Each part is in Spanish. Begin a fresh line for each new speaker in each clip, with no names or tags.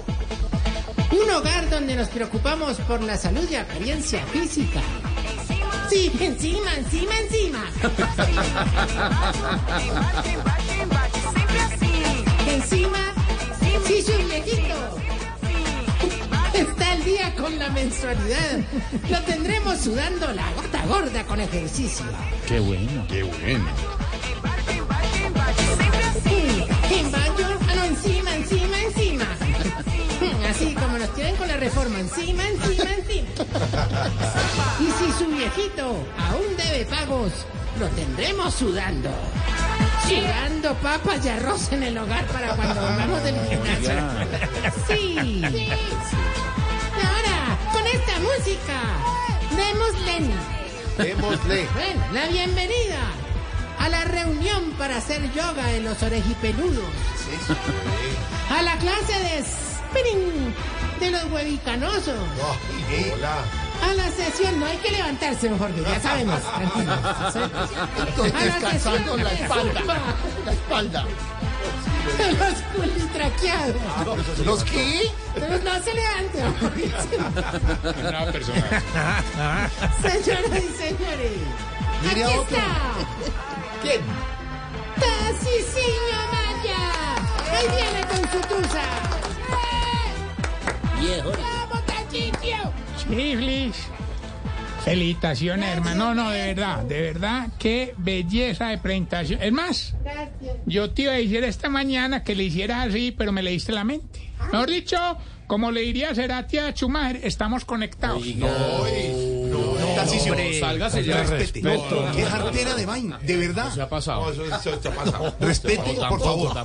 Un hogar donde nos preocupamos por la salud y apariencia física. Sí, encima, encima, encima. Encima, sí, chulequito. Está el día con la mensualidad. Lo tendremos sudando la gota gorda con ejercicio.
Qué bueno.
Mm, En baño, ah, no, encima, encima, encima. Mm, Así como nos tienen con la reforma, encima, encima, encima. Y si su viejito aún debe pagos, lo tendremos sudando. Sudando papas y arroz en el hogar para cuando volvamos del gimnasio. Sí. Ahora, con esta música, démosle
Démosle.
bueno, la bienvenida a la reunión para hacer yoga en los orejipeludos. A la clase de spinning de los huevicanosos.
Oh,
Ay, Hola.
A la sesión, no hay que levantarse, mejor que ya sabemos. tranquilos.
Ah,
A la sesión de zumba
espalda.
de los culitraqueados.
Ah,
¿Los qué?
Pero no se levante. hombre.
Una persona.
Señoras y señores, aquí
Mire a otro.
está.
¿Quién?
¡Tacicinho Maya! ¡Ahí viene con su tusa! ¡Vamos, Tachicio!
Chiflis. Felicitaciones, hermano. No, no, de verdad, de verdad, qué belleza de presentación. Es más,
Gracias.
yo te iba a decir esta mañana que le hicieras así, pero me leíste la mente. Mejor dicho, como le diría Cerati a Schumacher, estamos conectados.
Tarcisio, sálgase ya. Respete.
Respeto.
Qué jartera de vaina, de verdad.
ha pasado?
No, eso, eso está pasado.
Respete, por favor.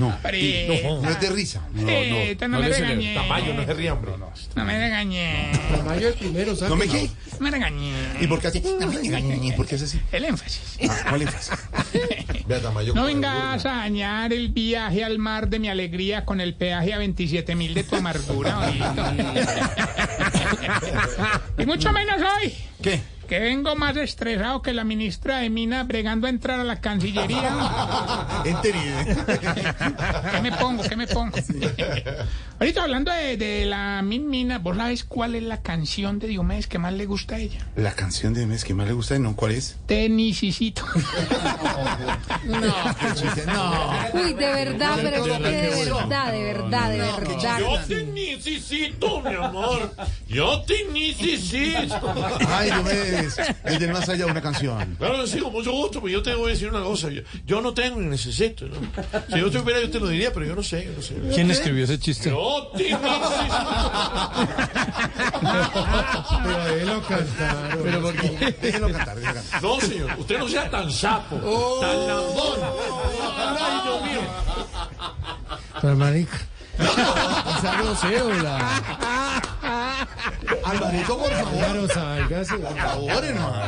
Hombre,
No es de risa.
eh, esta no, me regañé.
Tamayo, no se ría, hombre. No,
No me regañé.
No me qué.
No me regañé.
¿Y por qué así? ¿Por qué es así?
El énfasis.
Ah, ¿Cuál énfasis?
Vea, Tamayo.
No
como
vengas a dañar el viaje al mar de mi alegría con el peaje a 27 mil de tu amargura, bonito. y mucho menos hoy,
¿Qué?
que vengo más estresado que la ministra de Minas bregando a entrar a la Cancillería.
Enterido.
¿Qué me pongo? ¿Qué me pongo? Ahorita hablando de, de la Min Mina, ¿vos sabes cuál es la canción de Diomedes que más le gusta a ella?
La canción de mes que más le gusta, ¿no? ¿Cuál es?
Tenisicito.
No.
Uy, de verdad, pero es que de verdad, de verdad, de verdad.
Yo te necesito, mi amor. Yo te necesito.
Ay, no ves. El del más allá, una canción.
Claro, sí, con mucho gusto, pero yo te voy a decir una cosa. Yo, yo no tengo ni necesito. ¿no? Si yo tuviera, yo te lo diría, pero yo no sé. Yo no sé.
¿Quién escribió ese chiste?
Yo te necesito.
Pero déjelo cantar. Pero por qué? Déjelo cantar, déjelo cantar.
No, señor. Usted no sea tan sapo, tan lambón. Ay, Dios mío.
Alvarito, por favor. Claro, sálgase. Por favor, hermano.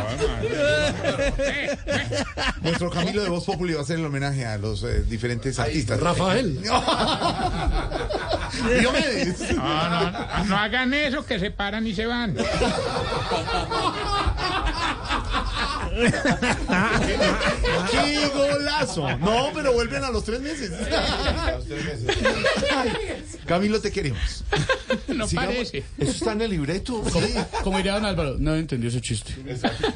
Nuestro Camilo de Voz Populi va a hacer el homenaje a los eh, diferentes artistas. Rafael. Diomedes.
No, Ah, no, no, no hagan eso, que se paran y se van.
¡Qué golazo! No, pero vuelven a los tres meses. Ay, Camilo, te queremos.
No
Sigamos.
parece.
Eso está en el libreto. sí.
Como diría don Álvaro, nadie entendió ese chiste.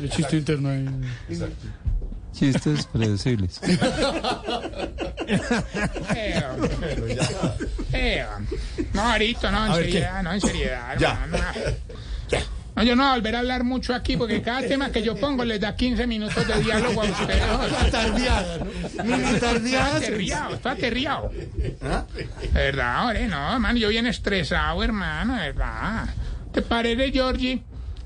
El chiste interno ahí.
Chistes predecibles.
Eh, eh, no, Arito, no, en
ver,
seriedad,
¿qué?
no, en seriedad.
Ya.
hermano, no. No, yo no voy a volver a hablar mucho aquí porque cada tema que yo pongo les da 15 minutos de diálogo a ustedes.
Tardeada, ¿no? Mini
Está
tardeada.
aterriado, está aterriado.
¿Ah?
De ¿Verdad, hombre? No, hermano, yo bien estresado, hermano, de ¿verdad? ¿Te parece, Georgie?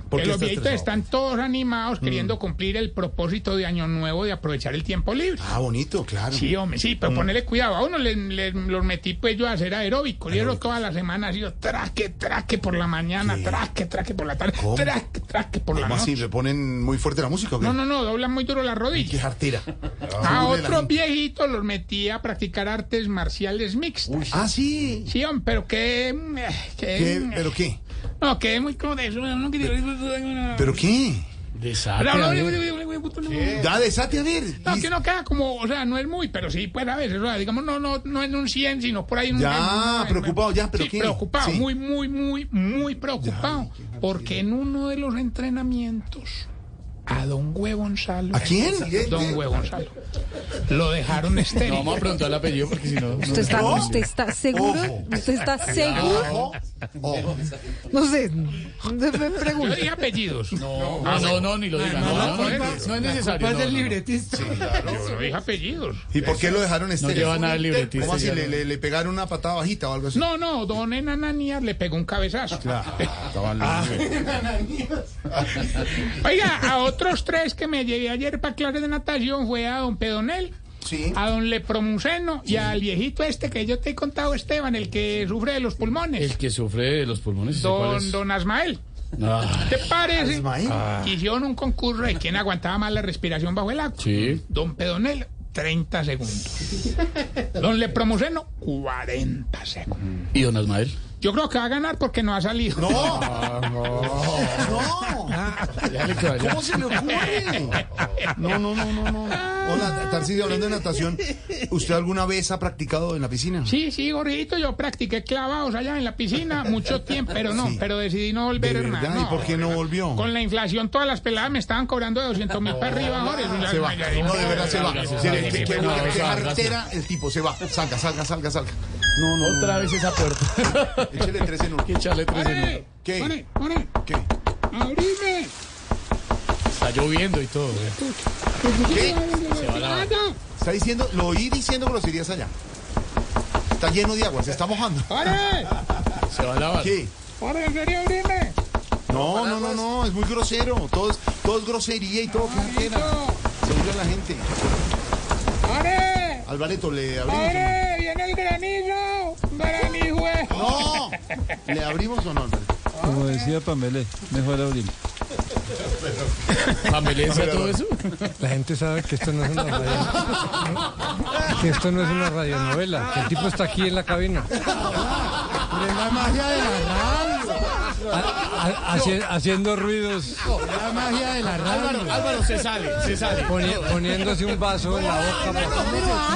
¿Por
Que
qué
los
está
viejitos
estresado? Mm.
están todos animados queriendo cumplir el propósito de Año Nuevo de aprovechar el tiempo libre.
Ah, bonito, claro.
Sí, hombre, sí, pero ponerle cuidado. A uno le, le- los metí pues yo a hacer aeróbico. Y eso toda la semana ha sido traque, traque por la mañana, traque, traque por la tarde,
¿Cómo?
traque, traque por la
¿Cómo
noche.
así? ¿Le ponen muy fuerte la música o qué?
No, no, no, doblan muy duro las
Qué
rodillas.
jartera.
A
Ah,
Según de la
otros
gente.
viejitos los metí a practicar artes marciales mixtas.
Ah, sí.
Sí, hombre, pero que... eh, que-
¿Qué? ¿Pero qué?
No, que es muy como de eso. No, que-
¿Pero qué?
Pero no,
Desastre.
Ya, desate a ver.
No, que uno queda como, o sea, no es muy, pero sí, pues a veces, o sea, digamos, no, no, no en un 100, sino por ahí en un...
Ya,
en un- en-
preocupado, ya, pero
sí,
¿qué?
preocupado,
Sí.
muy, muy, muy, muy preocupado. porque en uno de los entrenamientos, a don Hue Gonzalo...
¿A quién?
Don Hue Gonzalo. Lo dejaron
No
estéril.
vamos a preguntar el apellido porque si no. no-
¿Usted está,
No.
usted está seguro?
Ojo.
¿Usted está seguro?
Ojo, ojo.
No sé. No me
Yo
pregunto.
dije apellidos.
No, no, no, ni lo diga. No, no, no, no es necesario. No, no, no.
libretista.
Yo no dije apellidos.
¿Y por qué lo dejaron
No
estéril?
lleva nada el libretista.
¿Cómo así?
ya
¿Le,
no.
le, le pegaron una patada bajita o algo así?
No, no, don Enananías le pegó un cabezazo. Ah.
Claro. Estaban los-
Oiga, a otros tres que me llevé ayer para clases de natación fue a don Pedonel,
Sí.
a don Lepromuceno y al viejito este que yo te he contado, Esteban, el que sufre de los pulmones.
El que sufre de los pulmones. ¿sí cuál
Don,
es?
don Asmael.
Ah,
¿Te parece?
Ismael.
Hicieron un concurso de quién aguantaba más la respiración bajo el agua.
Sí.
Don Pedonel, 30 segundos. Don Lepromuceno, 40 segundos.
¿Y don Asmael?
Yo creo que va a ganar porque no ha salido.
¡No! ¡No!
Ya le quedó, ya.
¿Cómo se le ocurre? No, no, no, no, no. Hola, Tarcidio, hablando de natación, ¿usted alguna vez ha practicado en la piscina?
Sí, sí, gordito, yo practiqué clavados allá en la piscina mucho tiempo, pero no,
Sí.
pero decidí no volver,
¿De verdad?
hermano.
¿Y por qué no volvió?
Con la inflación, todas las peladas me estaban cobrando de 200 mil para arriba, Jorge.
Se va.
Ya, ya,
No, de verdad se va.
ya, ya,
Se
ya,
le-
ya,
Qué
ya,
qué
ya, ya, ya.
cartera el tipo, se va. Salga, salga, salga, salga.
Otra vez esa puerta.
Échele tres en uno.
que echarle tres en uno.
¡Ore!
¿Qué?
¡Ore! ¡Ore!
¿Qué?
¡Abrime!
Está lloviendo y todo. eh. güey.
¿Qué?
¡Ah, no!
Está diciendo, lo oí diciendo groserías allá. Está lleno de agua, se está mojando.
¡Ore!
Se va a lavar.
¿Qué?
¡Ore, en serio, abrime!
No, no, no, no, es muy grosero. Todo es, todo es grosería y todo. qué
¡Listo!
artera. Se oye a la gente.
¡Ore!
Alvareto, le abrimos. o
¡Ore! ¡Viene el granizo! ¡Granizo! eh.
No, no. ¿Le abrimos o no, Alvareto?
Como decía Pamela, mejor abrir.
¿Pamelencia todo eso?
La gente sabe que esto no es una radio. Que esto no es una radionovela. Que el tipo está aquí en la cabina.
Pero es la magia de la radio.
Ha- haci- haciendo ruidos,
La magia de la radio.
Álvaro se sale, se sale.
poni- poniéndose un vaso en la boca.
No,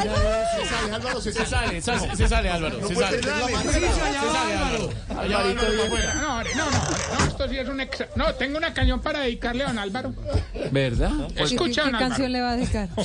Álvaro.
Se sale, Álvaro, se
Se
sale.
sale, sal- se sale Álvaro, se sale. Se sale Álvaro. Alvarito bien fuera.
No, Ore, no, no, Ore, no, esto sí es un ex... No, tengo una cañón para dedicarle a don Álvaro.
¿Verdad?
¿Qué, qué- qué
Escucha, don Álvaro.
canción le va a dedicar?
Oh,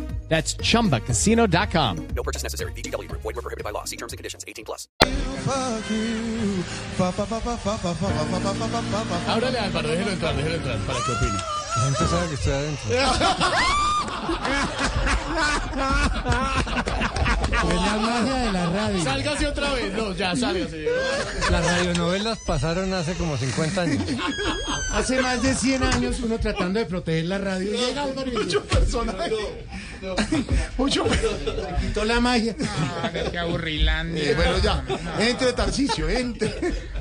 That's chumbacasino.com.
No purchase necessary. VGW Group. Void were prohibited by law. See terms and conditions. 18 plus.
Oh, Ábrale Álvaro, déjelo entrar, déjelo entrar, para que opine.
La gente sabe que estoy adentro. Es la magia de la radio.
Sálgase otra vez. No, ya, sálgase.
Las radionovelas pasaron hace como 50 años.
Hace más de 100 años uno tratando de proteger la radio. Llega Álvaro y dice,
Mucho
quitó la magia.
que aburrilandia.
Eh, bueno, ya. Entre, Tarcicio, entre.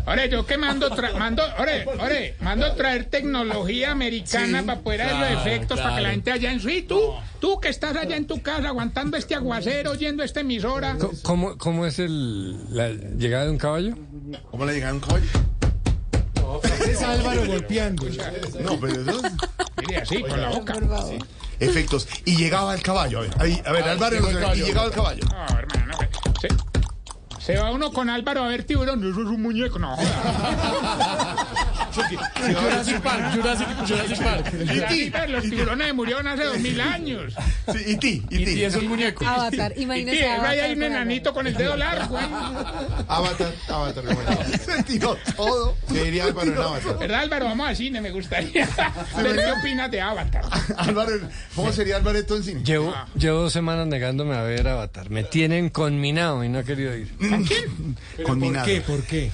Ahora yo que mando, tra- mando, ore, ore, mando traer tecnología americana para poder hacer los efectos, para que la gente allá en sí, tú, tú que estás allá en tu casa aguantando este aguacero, oyendo esta emisora.
Co- ¿Cómo, cómo es el, la llegada de un caballo?
¿Cómo le llegaron caballo?
Es Álvaro golpeando.
No, pero eso-
Mire así, con la boca.
efectos. Y llegaba el caballo. A ver, ahí, a ver Álvaro,
llegó el
y
caballo.
llegaba el caballo.
No, hermano, se, se va uno con Álvaro a ver tiburón, eso es un muñeco, no.
Jurassic Park, Jurassic, Jurassic Park.
Mira, Los tiburones murieron hace dos mil años.
Sí, y ti, y
Y, y
ti.
es un muñeco.
Avatar,
Y
imagínese.
sí,
Avatar
ahí hay un
con
enanito con el dedo largo. ¿eh?
Avatar, Avatar, ¿cómo era?
Se tiró todo.
¿Qué diría Álvaro en Avatar?
¿Verdad, Álvaro? Vamos al cine, me gustaría. Ver ¿Qué opinas de Avatar?
Álvaro, ¿cómo sería Álvaro esto en cine?
Llevo, llevo dos semanas negándome a ver Avatar. Me tienen conminado y no he querido ir.
Conminado.
¿Qué? ¿Por qué?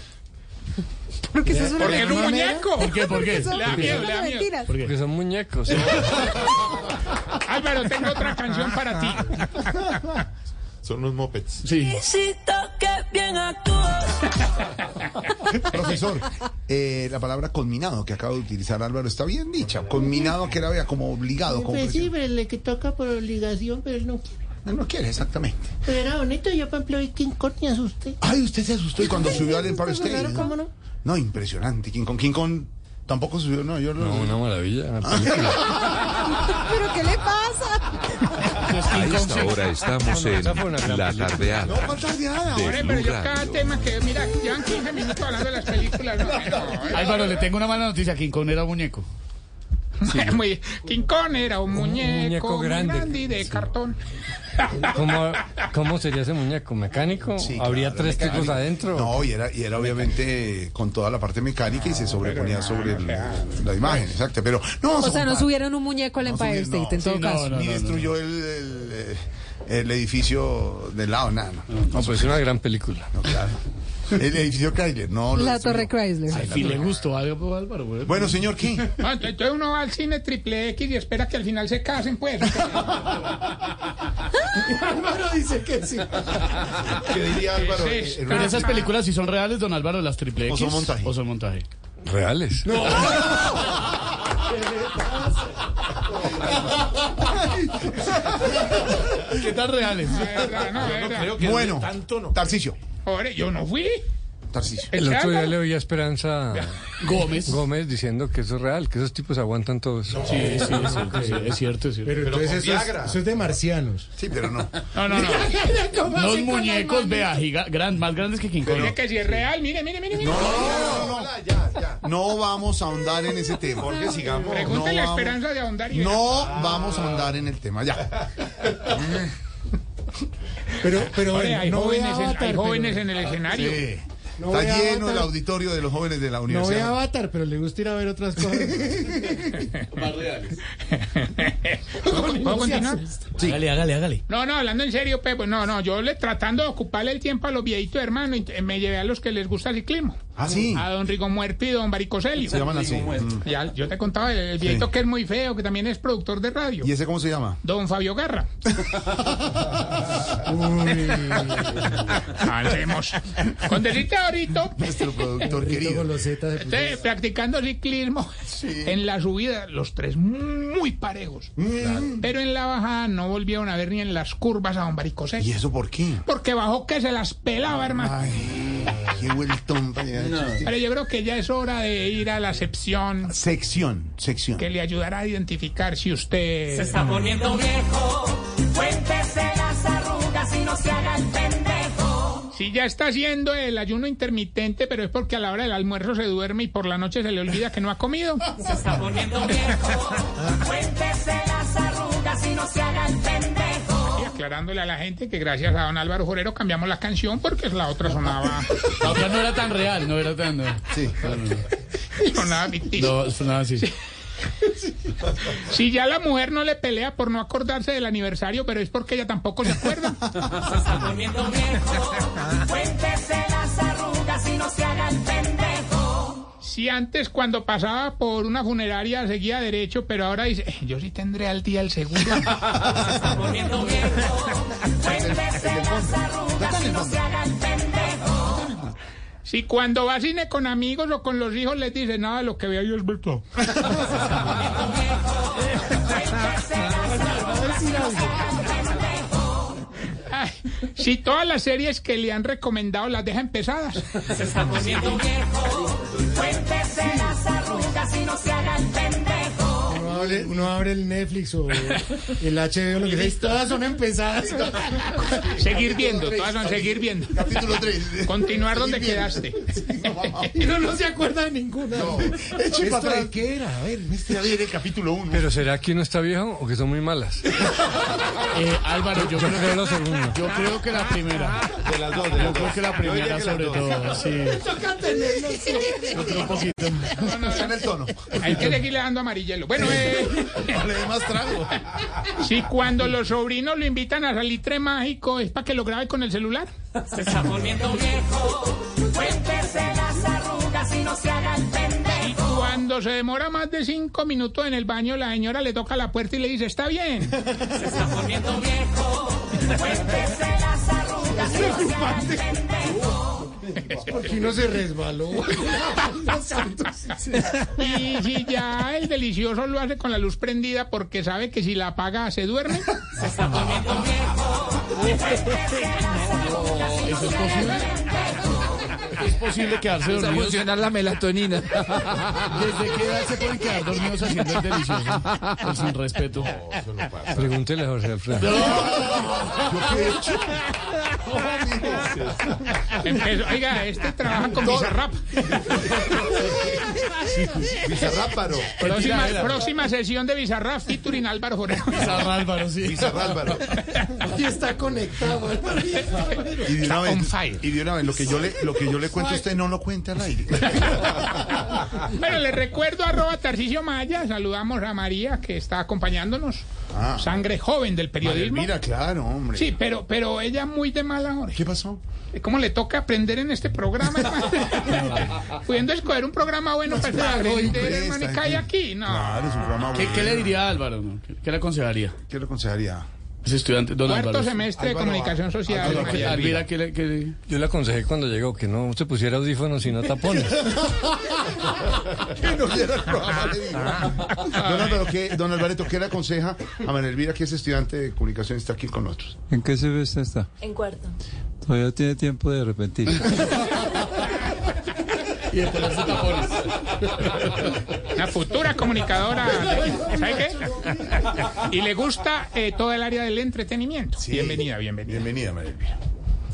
Porque eso es una
Porque es un
mentira.
muñeco.
¿Por qué? ¿Por qué?
Son
Le da miedo, le da miedo.
mentiras.
Porque son muñecos. ¿eh?
Álvaro, tengo otra canción para ti.
Son unos mopeds.
Profesor, eh, la palabra conminado que acaba de utilizar Álvaro está bien dicha. Conminado que era vea, como obligado. Como
Pues sí,
presión.
pero el que toca por obligación, pero él no quiere.
no, no quiere, exactamente.
Pero era bonito, yo por ejemplo vi King Kong y asusté.
Ay, usted se asustó y cuando subió al Empire State.
Claro, ¿cómo no?
No, impresionante. King Kong, King Kong tampoco subió. No, yo
No,
lo.
una maravilla. una película.
¿Pero qué le pasa?
A esta hora estamos en
esa fue una gran
La
película.
Tardeada.
No, cuánta tardeada.
De
Hombre,
Blue
pero yo cada
Radio.
tema que. Mira, llevan 15 minutos hablando de las películas. No, no,
Álvaro, le tengo una mala noticia. King Kong era muñeco.
muy- King Kong era un muñeco,
muñeco
muy
grande.
y de cartón.
¿Cómo, cómo sería ese muñeco? ¿Mecánico?
Sí,
¿Habría
claro,
tres
mecánico.
tipos adentro?
No, y era, y era obviamente con toda la parte mecánica y se sobreponía sobre el- la imagen, exacto. Pero no,
O sea, no
compadre,
subieron un muñeco al
no
Empire
subieron,
State, en
no,
todo
sí, no,
caso.
no, ni destruyó El, el, eh, el edificio del lado, nada. No,
No, pues es una gran película.
no, claro. El edificio Chrysler, no. lo
La
destruyó.
Torre Chrysler.
Si le gustó algo a Álvaro, güey.
Bueno, señor, ¿qué?
No, ent- Ah, entonces uno va al cine triple X y espera que al final se casen, pues.
Álvaro dice que sí.
¿Qué diría Álvaro?
Eh,
¿Qué es
en- en
Pero
una-
esas películas, si son reales, don Álvaro, las triple X.
O son montaje.
O son montaje.
Reales.
¿Qué tal reales?
De verdad, no, de verdad.
Creo que
Bueno.
tanto no.
Tarcicio.
Hombre, yo no fui.
Tarcicio.
El otro día
Álvaro.
le oí a Esperanza
Gómez.
Gómez diciendo que eso es real, que esos tipos aguantan todo eso.
Sí, sí, sí, sí, es cierto, es
Pero,
cierto.
entonces
con
eso es,
Viagra.
eso es de marcianos.
Sí, pero no.
No, no, no.
¿Cómo
Los
así con las
muñecos,
manos?
vea, giga- gran- más grandes que King Kong.
Mire que si es real, mire, mire, mire. mire.
No, no, ya, ya.
No vamos a ahondar en ese tema.
Jorge, sigamos.
Pregúntale
no
a
vamos.
Esperanza de ahondar y
No vamos a ahondar en el tema, ya.
Pero, pero
Hombre,
bueno,
hay,
no vea
jóvenes, en, hay
Avatar,
jóvenes
pero-
en el escenario.
ah, Sí.
No
Está
vea
lleno el
Avatar.
auditorio de los jóvenes de la
No ve
universidad.
Avatar, pero le gusta ir a ver otras cosas.
¿Puedo continuar?
Hágale, hágale, hágale.
No, no, hablando en serio, Pepo, no, no, yo le tratando de ocuparle el tiempo a los viejitos hermano, y t- me llevé a los que les gusta el ciclismo.
Ah, sí.
A don Rigo Muerto y don Baricoselio.
Se llaman así. Mm.
Ya, yo te contaba el, el viejito que es muy feo, que también es productor de radio.
¿Y ese cómo se llama?
Don Fabio Garra.
Uy,
Hacemos. Con decirte ahorita,
Nuestro productor
Rito
querido.
Goloseta de
estoy practicando ciclismo en la subida, los tres muy parejos.
Mm.
Pero en la bajada no volvieron a ver ni en las curvas a don
¿Y
Baricoselio.
eso Ah, por qué?
Porque bajó que se las pelaba, hermano.
Ay, qué vueltón para llegar a existir.
Pero yo creo que ya es hora de ir a la
Ah,
sección
Sección, sección.
que le ayudará a identificar si usted...
está poniendo viejo. Cuéntese las arrugas y no se haga el pendejo.
Si ya está haciendo el ayuno intermitente, pero es porque a la hora del almuerzo se duerme y por la noche se le olvida que no ha comido.
Se está poniendo viejo. Cuéntese las arrugas y no se haga el pendejo.
Y aclarándole a la gente que gracias a don Álvaro Jorero cambiamos la canción porque la otra sonaba,
La otra no era tan real, no era tan. no.
Sí.
sonaba ficticia.
No, sonaba así.
Si ya la mujer no le pelea por no acordarse del aniversario, pero es porque ella tampoco se acuerda.
Se está poniendo viejo. Cuéntese las arrugas y no se haga el pendejo.
Si antes cuando pasaba por una funeraria seguía derecho, pero ahora dice, "Eh, yo sí tendré al día el seguro.
Se está poniendo viejo. Cuéntese las arrugas y no se haga el pendejo.
Si cuando va a cine con amigos o con los hijos les dice, nada, lo que veo yo es verdad.
Cuéntese las arrugas y no se haga el pendejo.
Ay, Si todas las series que le han recomendado las dejan pesadas.
Se está poniendo viejo. Cuéntese las arrugas y no se haga el pendejo.
Uno abre, uno abre el Netflix o el HBO, lo que sea, y todas son empezadas.
Seguir viendo, todas son seguir viendo.
Capítulo 3.
Continuar donde quedaste.
Y uno no se acuerda de ninguna.
Eche para
¿Esto
atrás.
de qué era? A ver,
este
Ya viene el capítulo 1.
Pero ¿será que uno está viejo o que son muy malas?
Eh, Álvaro, yo
Yo
creo,
creo lo segundo.
yo creo que la primera.
De las dos, de
Yo
las
creo
dos.
que la
Yo diría
primera
que las
sobre
dos.
todo. Sí.
No, no,
Está en el tono.
hay que seguirle dando amarillelo. Bueno, eh,
Le di más trago.
si cuando los sobrinos lo invitan a salitre mágico es para que lo grabe con el celular.
Se está poniendo viejo. Cuéntese las arrugas y no se haga el
Y
pendejo.
cuando se demora más de cinco minutos en el baño, la señora le toca la puerta y le dice, está bien.
Se está poniendo viejo. Cuéntese las arrugas y no se haga el pendejo.
Porque uno se resbaló.
Y si ya el delicioso lo hace con la luz prendida porque sabe que si la apaga se duerme.
Se está poniendo viejo. Cuéntese las arrugas y no se haga el pendejo.
Es posible quedarse
a
dormidos.
funcionar la melatonina.
¿Desde qué edad se pueden quedar dormidos haciendo el delicioso? Pues sin respeto.
Eso no pasa.
Pregúntele a José Alfredo.
Empezó- oiga, este trabaja con Bizarrap.
Pues
Bizarráparo.
Próxima,
Tira, era.
próxima sesión de Bizarrap featuring Álvaro Forero.
Bizarro, Álvaro, sí.
Bizarrálvaro.
Y está conectado.
Y de una
on
vez,
fire.
y de una vez lo, que yo le, lo que yo le cuento a usted no lo cuente al aire.
Bueno, les recuerdo arroba Tarcicio Maya. Saludamos a María que está acompañándonos.
Ah.
Sangre joven del periodismo.
Mira, claro, hombre.
Sí, pero, pero ella muy de mala hora.
¿Qué pasó?
¿Cómo le toca aprender en este programa, hermano? Pudiendo escoger un programa bueno para
Pues claro,
aprender,
hombre,
hermano, y
está
cae
bien.
aquí. No.
Claro, es un programa
¿Qué,
bueno.
qué le diría a Álvaro? no? ¿Qué, qué le aconsejaría?
¿Qué le aconsejaría?
Es estudiante, don
Cuarto
Álvaro.
semestre de
Álvaro,
comunicación social.
Álvaro,
María.
Alvira, ¿qué le, qué le-
Yo le aconsejé cuando llegó que no se pusiera audífonos sino tapones.
Que no quiera el programa, le digo. Ah. Don Álvaro, ¿qué, don Alvareto, ¿qué le aconseja a Manuel Elvira, que es estudiante de comunicación y está aquí con nosotros?
¿En qué semestre está?
En cuarto.
Todavía tiene tiempo de arrepentir.
Y de ponerse tapones.
La futura comunicadora. ¿Sabe qué? Y le gusta eh, todo el área del entretenimiento. Bienvenida, bienvenida.
Bienvenida, Manuel Elvira.